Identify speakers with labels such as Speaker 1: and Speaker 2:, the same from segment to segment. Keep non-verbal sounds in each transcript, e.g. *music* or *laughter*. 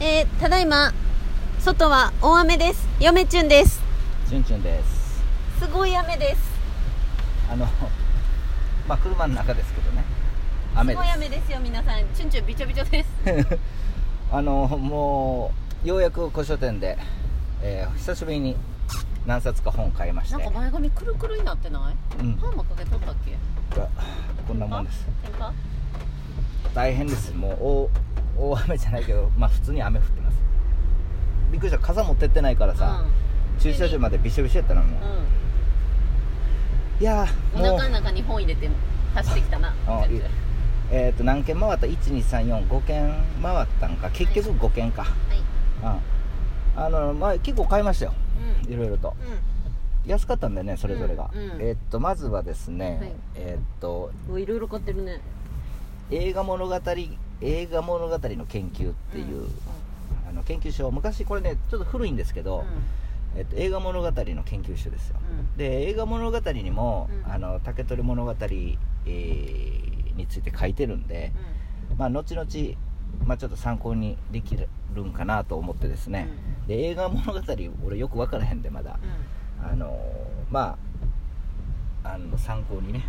Speaker 1: えー、ただいま外は大雨です嫁チュンです
Speaker 2: じゅんちゅんです
Speaker 1: すごい雨です
Speaker 2: あの *laughs* まあ車の中ですけどね雨です
Speaker 1: すごい雨ですよ皆さんチュンチュンびちょびちょです
Speaker 2: あのもうようやく古書店で、えー久しぶりに何冊か本買いまし
Speaker 1: なん
Speaker 2: て
Speaker 1: か前髪くるくるになってない
Speaker 2: うん
Speaker 1: パーマかけとったっけ
Speaker 2: がこんなもんです
Speaker 1: 先輩
Speaker 2: 大変ですもう大大雨じゃないけどまあ普通に雨降ってますびっくりした傘持ってってないからさ、駐車場までびしょびしょやったのもう
Speaker 1: う
Speaker 2: いやー
Speaker 1: ん、うん、
Speaker 2: も
Speaker 1: お
Speaker 2: う
Speaker 1: 腹の中に本入れて足してきたな
Speaker 2: あ
Speaker 1: チュンチュン
Speaker 2: いいはいえっ、と何軒回った12345軒回ったんか結局5軒か、うん、あのまあ結構買いましたよいろいろと安かったんだよねそれぞれが、
Speaker 1: うんうん
Speaker 2: えーっとまずはですね、
Speaker 1: はい
Speaker 2: えーっと
Speaker 1: うん、うん、いろいろ買ってるね
Speaker 2: 映画物語映画物語の研究っていう、
Speaker 1: うん
Speaker 2: あの研究所昔これねちょっと古いんですけど、えーっと映画物語の研究所ですよ、
Speaker 1: う
Speaker 2: で映画物語にも、
Speaker 1: うん
Speaker 2: あの竹取物語、えーについて書いてるんで、まあ後々まあ、ちょっと参考にできるんかなと思ってですね、で映画物語俺よく分からへんでまだ、あのまああの参考にね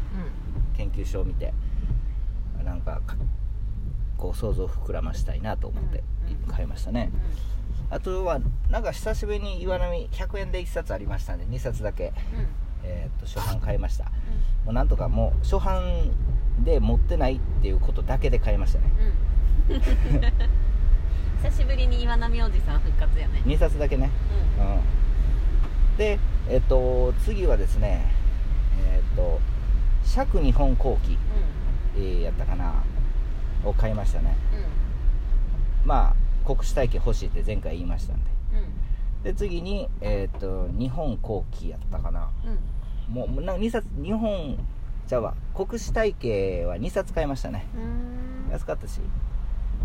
Speaker 2: 研究書を見てなんかかこう想像を膨らましたいなと思って
Speaker 1: うんうん
Speaker 2: 買いましたね、あとはなんか久しぶりに岩波100円で1冊ありましたんで2冊だけ、えーっと初版買いましたもうなんとかもう初版で持ってないっていうことだけで買いましたね
Speaker 1: 久しぶりに岩波おじさん復活やね
Speaker 2: 2冊だけねうんでえっと次はですねえっと釈日本後期えーやったかなを買いましたねまあ国史体系欲しいって前回言いましたんでで次にえっと日本後期やったかなもうもうな2冊日本じゃあわ国史体系は2冊買いましたね安かったし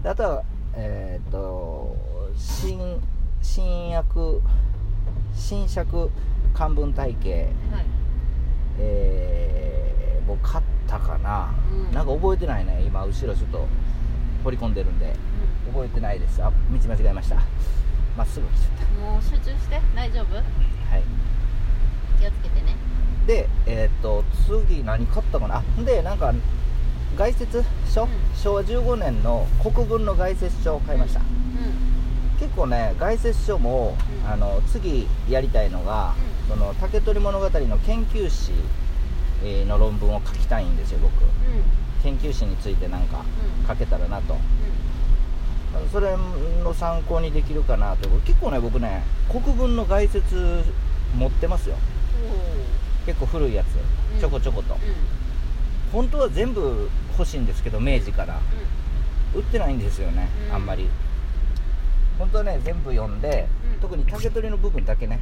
Speaker 2: であとはえっと新新約新釈漢文体系えー、もう買ったかな、
Speaker 1: うん
Speaker 2: なんか覚えてないね今後ろちょっと掘り込んでるんで覚えてないですあ道間違えましたまっすぐ来ちゃっ
Speaker 1: もう集中して大丈夫
Speaker 2: たはい
Speaker 1: 気をつけてね
Speaker 2: でえーっと次何買ったかなあほんでなんか外説書、
Speaker 1: うん
Speaker 2: 昭和15年の国文の外説書を買いました、
Speaker 1: うん
Speaker 2: 結構ね外説書も、
Speaker 1: うん
Speaker 2: あの次やりたいのが、
Speaker 1: うん
Speaker 2: その竹取物語の研究史えーの論文を書きたいんですよ僕
Speaker 1: うん
Speaker 2: 研究史についてなんか
Speaker 1: うん
Speaker 2: 書けたらなと、それの参考にできるかなと結構ね僕ね国文の概説持ってますよ結構古いや
Speaker 1: うん
Speaker 2: つちょこちょこと、本当は全部欲しいんですけど明治から売ってないんですよね、
Speaker 1: うん
Speaker 2: あんまり本当はね全部読んで、
Speaker 1: うん
Speaker 2: 特に竹取の部分だけね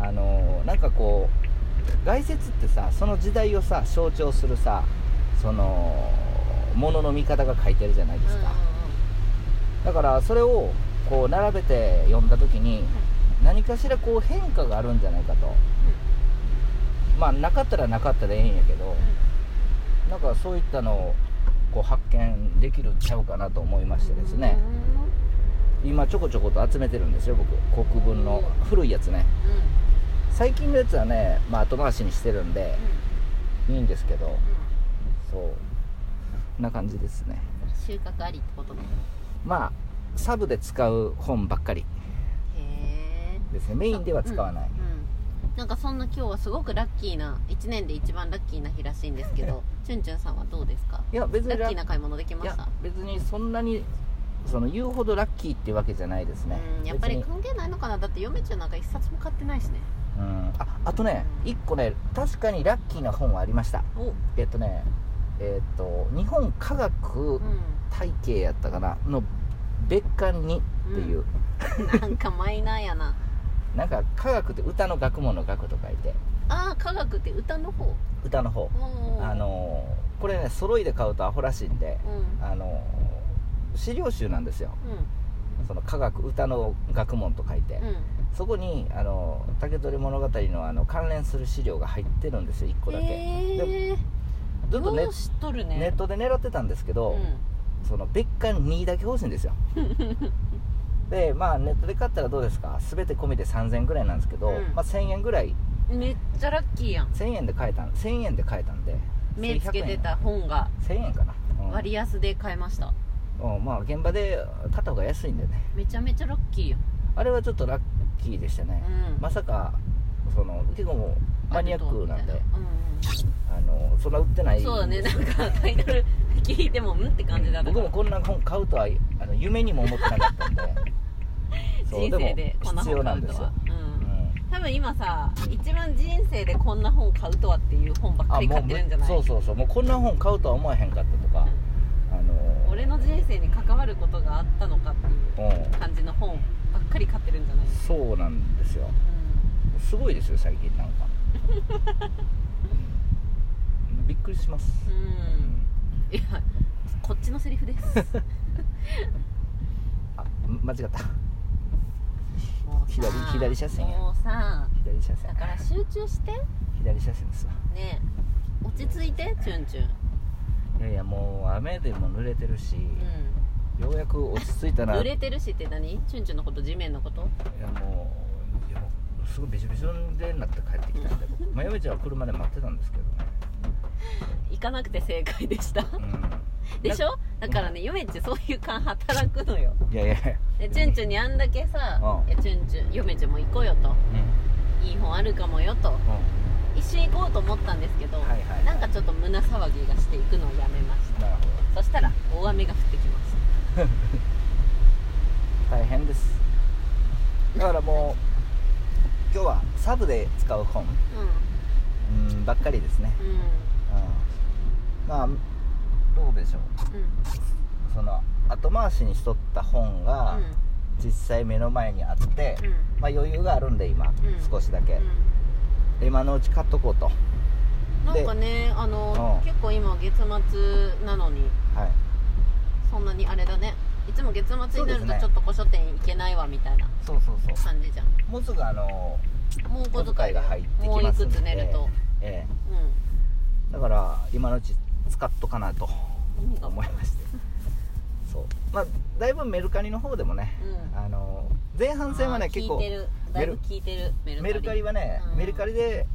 Speaker 2: あのーなんかこう概説ってさその時代をさ象徴するさそのものの見方が書いてるじゃないですか、だからそれをこう並べて読んだ時に何かしらこう変化があるんじゃないかとまあなかったらなかったでええんやけどなんかそういったのをこう発見できるんちゃうかなと思いましてですね今ちょこちょこと集めてるんですよ僕国文の古いやつね最近のやつはね、まあ、後回しにしてるんでいいんですけどそうこんな感じですね
Speaker 1: 収穫ありってことね
Speaker 2: まあサブで使う本ばっかり
Speaker 1: へえ
Speaker 2: ですねメインでは使わない、
Speaker 1: うんうんなんかそんな今日はすごくラッキーな1年で一番ラッキーな日らしいんですけどチュンチュンさんはどうですか
Speaker 2: いや別
Speaker 1: ラ
Speaker 2: に
Speaker 1: ッ
Speaker 2: ラ
Speaker 1: キーな買い物できま
Speaker 2: い
Speaker 1: し
Speaker 2: や
Speaker 1: た
Speaker 2: 別にそんなにその言うほどラッキーってわけじゃないですね、
Speaker 1: うんやっぱり
Speaker 2: 別に
Speaker 1: 関係ないのかなだって嫁ちゃんなんか一冊も買ってないしね
Speaker 2: うんああとね
Speaker 1: うん
Speaker 2: 1個ね確かにラッキーな本はありました
Speaker 1: おうん
Speaker 2: えっとねえっと日本科学体系やったかなの別館にっていう、
Speaker 1: なんかマイナーやな
Speaker 2: なんか科学って歌の学問の学と書いて
Speaker 1: ああ科学って歌の方
Speaker 2: 歌の方
Speaker 1: うん
Speaker 2: あのーこれね揃いで買うとアホらしいんで
Speaker 1: うん
Speaker 2: あのー資料集なんですよ
Speaker 1: う
Speaker 2: その科学歌の学問と書いて、
Speaker 1: んうん
Speaker 2: そこにあの竹取物語のあの関連する資料が入ってるんですよ1個だけ、
Speaker 1: え
Speaker 2: ずっとネ
Speaker 1: よう知っとるね
Speaker 2: ネットで狙ってたんですけ
Speaker 1: う
Speaker 2: ど、
Speaker 1: ん *laughs*
Speaker 2: その別館2だけ欲しいんですよでまあネットで買ったらどうですか全て込みで3000円ぐらいなんですけど、
Speaker 1: うん
Speaker 2: まあ、1000円ぐらい
Speaker 1: めっちゃラッキーやん
Speaker 2: 1000円で買えたん1000円で買えたんで
Speaker 1: 目つけてた本が
Speaker 2: 1100円1000円かな、うん
Speaker 1: 割安で買えました
Speaker 2: うんまあ現場で買った方が安いんでね
Speaker 1: めちゃめちゃラッキーやん
Speaker 2: あれはちょっとラッキーでしたね、
Speaker 1: うん
Speaker 2: まさかその結構もうマニアックな
Speaker 1: ありがとう
Speaker 2: んで
Speaker 1: みたい
Speaker 2: あのそんな売ってな
Speaker 1: ないうんそうだねなんかタイトル聞いてもんって感じだったか
Speaker 2: 僕
Speaker 1: ら
Speaker 2: もこんな本買うとはあの夢にも思ってなかった
Speaker 1: *laughs*
Speaker 2: んでそう
Speaker 1: 人生で
Speaker 2: も
Speaker 1: こんな
Speaker 2: 必要
Speaker 1: 本
Speaker 2: な
Speaker 1: 買
Speaker 2: ん
Speaker 1: う
Speaker 2: です
Speaker 1: と
Speaker 2: よ
Speaker 1: は、うん
Speaker 2: うん
Speaker 1: 多分今さ一番人生でこんな本買うとはっていう本ばっかり
Speaker 2: も
Speaker 1: 買
Speaker 2: う
Speaker 1: ってるんじゃない
Speaker 2: そうそうそうもうこんな本買うとは思わへんかったとかあの
Speaker 1: 俺の人生に関わることがあったのかっていう
Speaker 2: うん
Speaker 1: 感じの本ばっかり買ってるんじゃない、
Speaker 2: そうなんですよすごいですよ最近なんかうんびっくりします、
Speaker 1: うん、う、
Speaker 2: うんん
Speaker 1: いやこっちのセリフです
Speaker 2: *laughs* あ間違った
Speaker 1: もうさ
Speaker 2: 左左車線や
Speaker 1: もうさ
Speaker 2: 左車
Speaker 1: だ
Speaker 2: 線
Speaker 1: から集中して
Speaker 2: 左車線ですわ
Speaker 1: ねえ落ち着いてチュンチュン
Speaker 2: いやいやもう雨でも濡れてるし、
Speaker 1: う
Speaker 2: ようやく落ち着いた
Speaker 1: ん
Speaker 2: な
Speaker 1: 濡れてるしって何チュンチュンのこと地面のこと
Speaker 2: いやもういやもうすごいびしょびしょでなって帰ってきたんで僕まあ嫁ちゃんは車で待ってたんですけどね、
Speaker 1: 行かなくて正解でした
Speaker 2: *laughs*
Speaker 1: でしょだからね嫁っちそういう感働くのよ
Speaker 2: うん、いやいやい
Speaker 1: で
Speaker 2: や
Speaker 1: チュンチュンにあんだけさ「
Speaker 2: うん
Speaker 1: えチュンチュン嫁ちゃんも行こうよ」と
Speaker 2: う
Speaker 1: 「
Speaker 2: ん、
Speaker 1: いい本あるかもよ」と
Speaker 2: う
Speaker 1: 一緒に行こうと思ったんですけど、
Speaker 2: ん、はいはい
Speaker 1: なんかちょっと胸騒ぎがしていくのをやめました
Speaker 2: なるほ
Speaker 1: そ
Speaker 2: ど
Speaker 1: したら大雨が降ってきまし
Speaker 2: 大変ですだからもう今日はサブで使う本、
Speaker 1: たう
Speaker 2: うん、ばっかりですね、
Speaker 1: んうん
Speaker 2: うん、まあどうでしょう
Speaker 1: うん
Speaker 2: その後回しにしとった本が実際目の前にあって、
Speaker 1: うん
Speaker 2: まあ余裕があるんで今、
Speaker 1: ん
Speaker 2: 少しだけ、
Speaker 1: う
Speaker 2: 今のうち買っとこうとはい
Speaker 1: んなんかねあの
Speaker 2: うん
Speaker 1: 結構今月末なのにそんなにあれだねいつも月末にな
Speaker 2: そう
Speaker 1: る
Speaker 2: です
Speaker 1: と
Speaker 2: ね
Speaker 1: ちょっと古書店行けないわみたいな
Speaker 2: そうそうそ
Speaker 1: 感じじゃん
Speaker 2: うもうすぐあの
Speaker 1: もう小遣
Speaker 2: 小遣
Speaker 1: い
Speaker 2: い
Speaker 1: が
Speaker 2: が入ってき
Speaker 1: もう
Speaker 2: ま
Speaker 1: い
Speaker 2: す
Speaker 1: く
Speaker 2: ん
Speaker 1: つ
Speaker 2: で
Speaker 1: 寝ると
Speaker 2: え
Speaker 1: うん
Speaker 2: えだから今のうち使っとかなと
Speaker 1: 意味が
Speaker 2: 思
Speaker 1: *laughs*
Speaker 2: いましてそうまあだいぶメルカリの方でもね、
Speaker 1: うん
Speaker 2: あの前半戦はね
Speaker 1: あー
Speaker 2: 結構
Speaker 1: 聞いてるだいぶ聞いてるメルカリ
Speaker 2: メルカリはね、
Speaker 1: うん
Speaker 2: メルカリで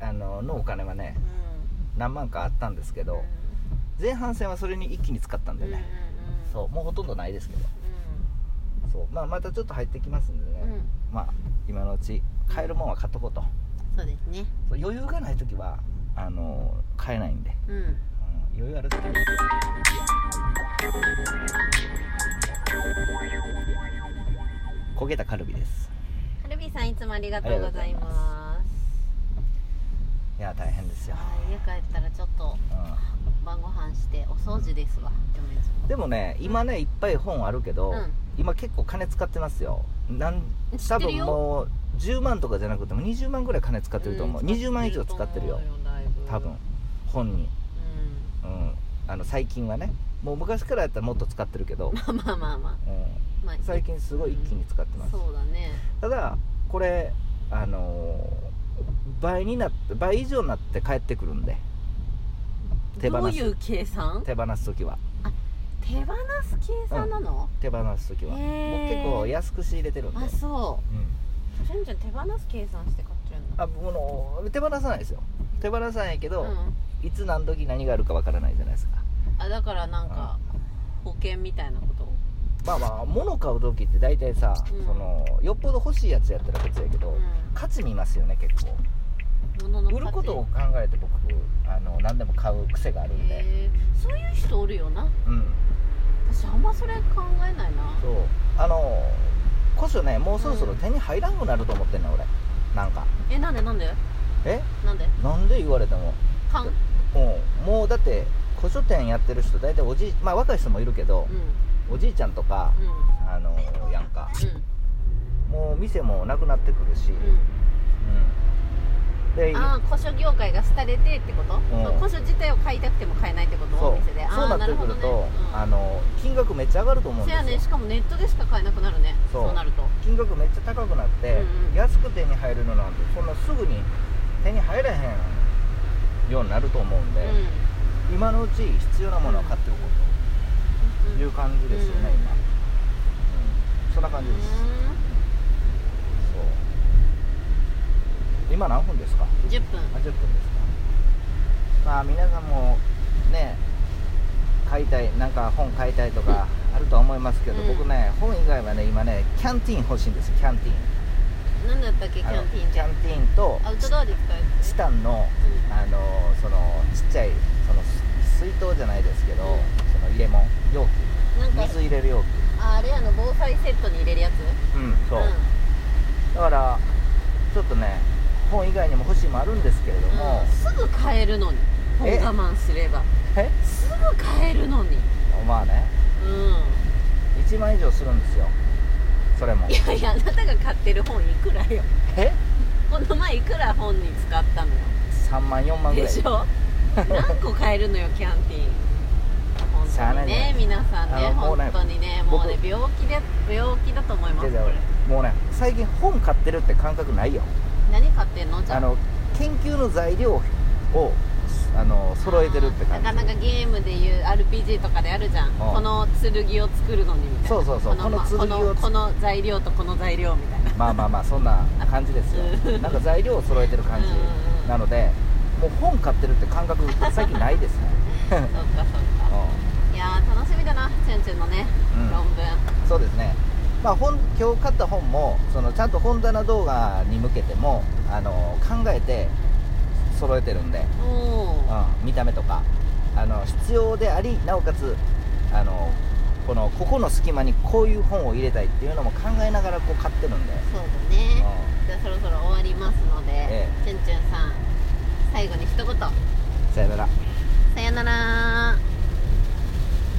Speaker 2: あののお金はね
Speaker 1: うん
Speaker 2: 何万かあったんですけど、前半戦はそれに一気に使ったんでね、
Speaker 1: うん
Speaker 2: そうもうほとんどないですけどそう、まあ、またちょっと入ってきますんでね、
Speaker 1: うんうんうん
Speaker 2: まあ今のうち買えるもんは買っとこうと
Speaker 1: そうですね
Speaker 2: そう余裕がない時はあの買えないんで、
Speaker 1: うん
Speaker 2: うん、余裕ある時は焦げたカルビです
Speaker 1: カルビーさんいつもありがとうございます
Speaker 2: いや大変ですよ、
Speaker 1: あー家帰ったらちょっと晩ご飯してお掃除ですわ嫁ち
Speaker 2: うん、でもね今ねいっぱい本あるけど、
Speaker 1: うん
Speaker 2: 今結構金使ってますよなん
Speaker 1: 知っ
Speaker 2: 多
Speaker 1: てる
Speaker 2: 分
Speaker 1: よ
Speaker 2: もう10万とかじゃなくても20万ぐらい金使ってると思う、
Speaker 1: ん
Speaker 2: 20万以上使ってるよ
Speaker 1: 使ってだいぶ
Speaker 2: 多分本に、うん、あの最近はねもう昔からやったらもっと使ってる
Speaker 1: *laughs*
Speaker 2: けど、
Speaker 1: うん *laughs* まあまあまあま
Speaker 2: う
Speaker 1: あまあ
Speaker 2: ん、最近すごい一気に使ってます、
Speaker 1: そうだね
Speaker 2: ただこれあのー倍になって倍以上になって帰ってくるんで手放す
Speaker 1: どういう計算
Speaker 2: 手放す時は
Speaker 1: 手放す計算なの、
Speaker 2: 手放す時は
Speaker 1: へー
Speaker 2: 僕結構安く仕入れてるんで
Speaker 1: あそう
Speaker 2: うん
Speaker 1: ちゅんちゅん手放す計算して買ってるんだ
Speaker 2: あ僕の手放さないですよ手放さないけど、
Speaker 1: うん
Speaker 2: いつ何時何があるかわからないじゃないですか
Speaker 1: あだからなんか保険みたいなこと
Speaker 2: まあまあ物買う時って大体さ、
Speaker 1: うん
Speaker 2: そのよっぽど欲しいやつやったら別やけど、
Speaker 1: う
Speaker 2: 価値見ますよね結構
Speaker 1: ん物の価値
Speaker 2: 売ることを考えて僕あの何でも買う癖があるんで、
Speaker 1: へーそういう人おるよな
Speaker 2: うん
Speaker 1: 私あんまそれ考えないな
Speaker 2: そうあのこそねもうそろそろ手に入らんくなると思ってんねん俺なんか
Speaker 1: えなんでなんで
Speaker 2: え
Speaker 1: なんで
Speaker 2: なんで言われても
Speaker 1: 勘うん
Speaker 2: うんもうだって古書店やってる人大体おじいまあ若い人もいるけど
Speaker 1: う、
Speaker 2: おじいちゃんとか
Speaker 1: ん
Speaker 2: あのやんか
Speaker 1: う
Speaker 2: もう店もなくなってくるし、
Speaker 1: ん
Speaker 2: うんで
Speaker 1: うんああ古書業界が廃れてってこと、そう古書自体を買いたくても買えないってこと
Speaker 2: そ
Speaker 1: お
Speaker 2: う
Speaker 1: 店であ
Speaker 2: そう
Speaker 1: あ
Speaker 2: なってくるとあ
Speaker 1: なる
Speaker 2: の金額めっちゃ上がると思う
Speaker 1: ほどねうん
Speaker 2: ん
Speaker 1: せ
Speaker 2: です
Speaker 1: やねしか
Speaker 2: よ
Speaker 1: もネットでしか買えなくなるね
Speaker 2: そ
Speaker 1: そううなると
Speaker 2: 金額めっちゃ高くなって、
Speaker 1: うんうん
Speaker 2: 安く手に入るのなんてそんなすぐに手に入らへんようになると思うんで、
Speaker 1: う
Speaker 2: 今のうち必要なものを買っておこうと
Speaker 1: ん
Speaker 2: いう感じですよね、
Speaker 1: うん
Speaker 2: 今、うんそんな感感じですそう今何分ですか
Speaker 1: うーん10分
Speaker 2: あ10分ですかまあ皆さんもね買いたいなんか本買いたいとかあるとは思いますけど、
Speaker 1: うん
Speaker 2: 僕ね本以外はね今ねキャンティーン欲しいんですキャンティーン
Speaker 1: 何だったっけキ
Speaker 2: あの
Speaker 1: ャンティーンっ
Speaker 2: キ
Speaker 1: て
Speaker 2: ャンティーンと
Speaker 1: アウトドアで使えるやつ
Speaker 2: チ
Speaker 1: ね
Speaker 2: タンの
Speaker 1: うん
Speaker 2: あのそのちっちゃいその水筒じゃないですけど、その入れ物容
Speaker 1: なん
Speaker 2: 器
Speaker 1: か
Speaker 2: 水入れる容器
Speaker 1: ああれやの防災セットに入れるやつ
Speaker 2: うんそう、
Speaker 1: う
Speaker 2: だからちょっとね本以外にも欲しいもあるんですけれど
Speaker 1: ん
Speaker 2: も
Speaker 1: うん、すぐ買えるのに本
Speaker 2: え
Speaker 1: 我慢すれば
Speaker 2: え
Speaker 1: すぐ買えるのに
Speaker 2: まあね
Speaker 1: う
Speaker 2: 1万以上するんですよそれも
Speaker 1: んいやいやあなたが買ってる本いくらよ
Speaker 2: え
Speaker 1: この前いくら本に使ったのよ
Speaker 2: 3万4万ぐ
Speaker 1: で
Speaker 2: らい
Speaker 1: しょ何個買えるのよキャンティーン本当に
Speaker 2: しゃあないじゃない
Speaker 1: ね皆さんね
Speaker 2: あのもう
Speaker 1: 本
Speaker 2: ね
Speaker 1: 当にねもうね
Speaker 2: 僕
Speaker 1: 病気で病気だと思います
Speaker 2: じ
Speaker 1: こ
Speaker 2: ゃあ
Speaker 1: れ
Speaker 2: もうね最近本買ってるって感覚ないよ
Speaker 1: 何買ってんのじゃ
Speaker 2: あの研究の材料をあの揃えてるって感じ
Speaker 1: なかなかゲームでいう RPG とかであるじゃんこの剣を作るのにみたいな
Speaker 2: そうそうそう
Speaker 1: この
Speaker 2: この
Speaker 1: まあ
Speaker 2: 剣
Speaker 1: この
Speaker 2: を
Speaker 1: この材料とこの材料みたいな
Speaker 2: まあまあまあそんな感じですよ
Speaker 1: うん
Speaker 2: なんか材料を揃えてる感じ
Speaker 1: うん
Speaker 2: なのでもう本買ってるって感覚最近ないですね
Speaker 1: そっかそっかいやー楽しみだなチュンチュンのね、
Speaker 2: うん
Speaker 1: 論文
Speaker 2: うんそうですねまあ本今日買った本もそのちゃんと本棚動画に向けてもあの考えて揃えてるんで、
Speaker 1: おお
Speaker 2: うん、見た目とかあの必要でありなおかつあのこのここの隙間にこういう本を入れたいっていうのも考えながらこう買ってるんで、
Speaker 1: そうだ
Speaker 2: うん
Speaker 1: ねじゃあそろそろ終わりますので、
Speaker 2: え
Speaker 1: チュンチュンさん最後に一言
Speaker 2: さよなら
Speaker 1: さよなら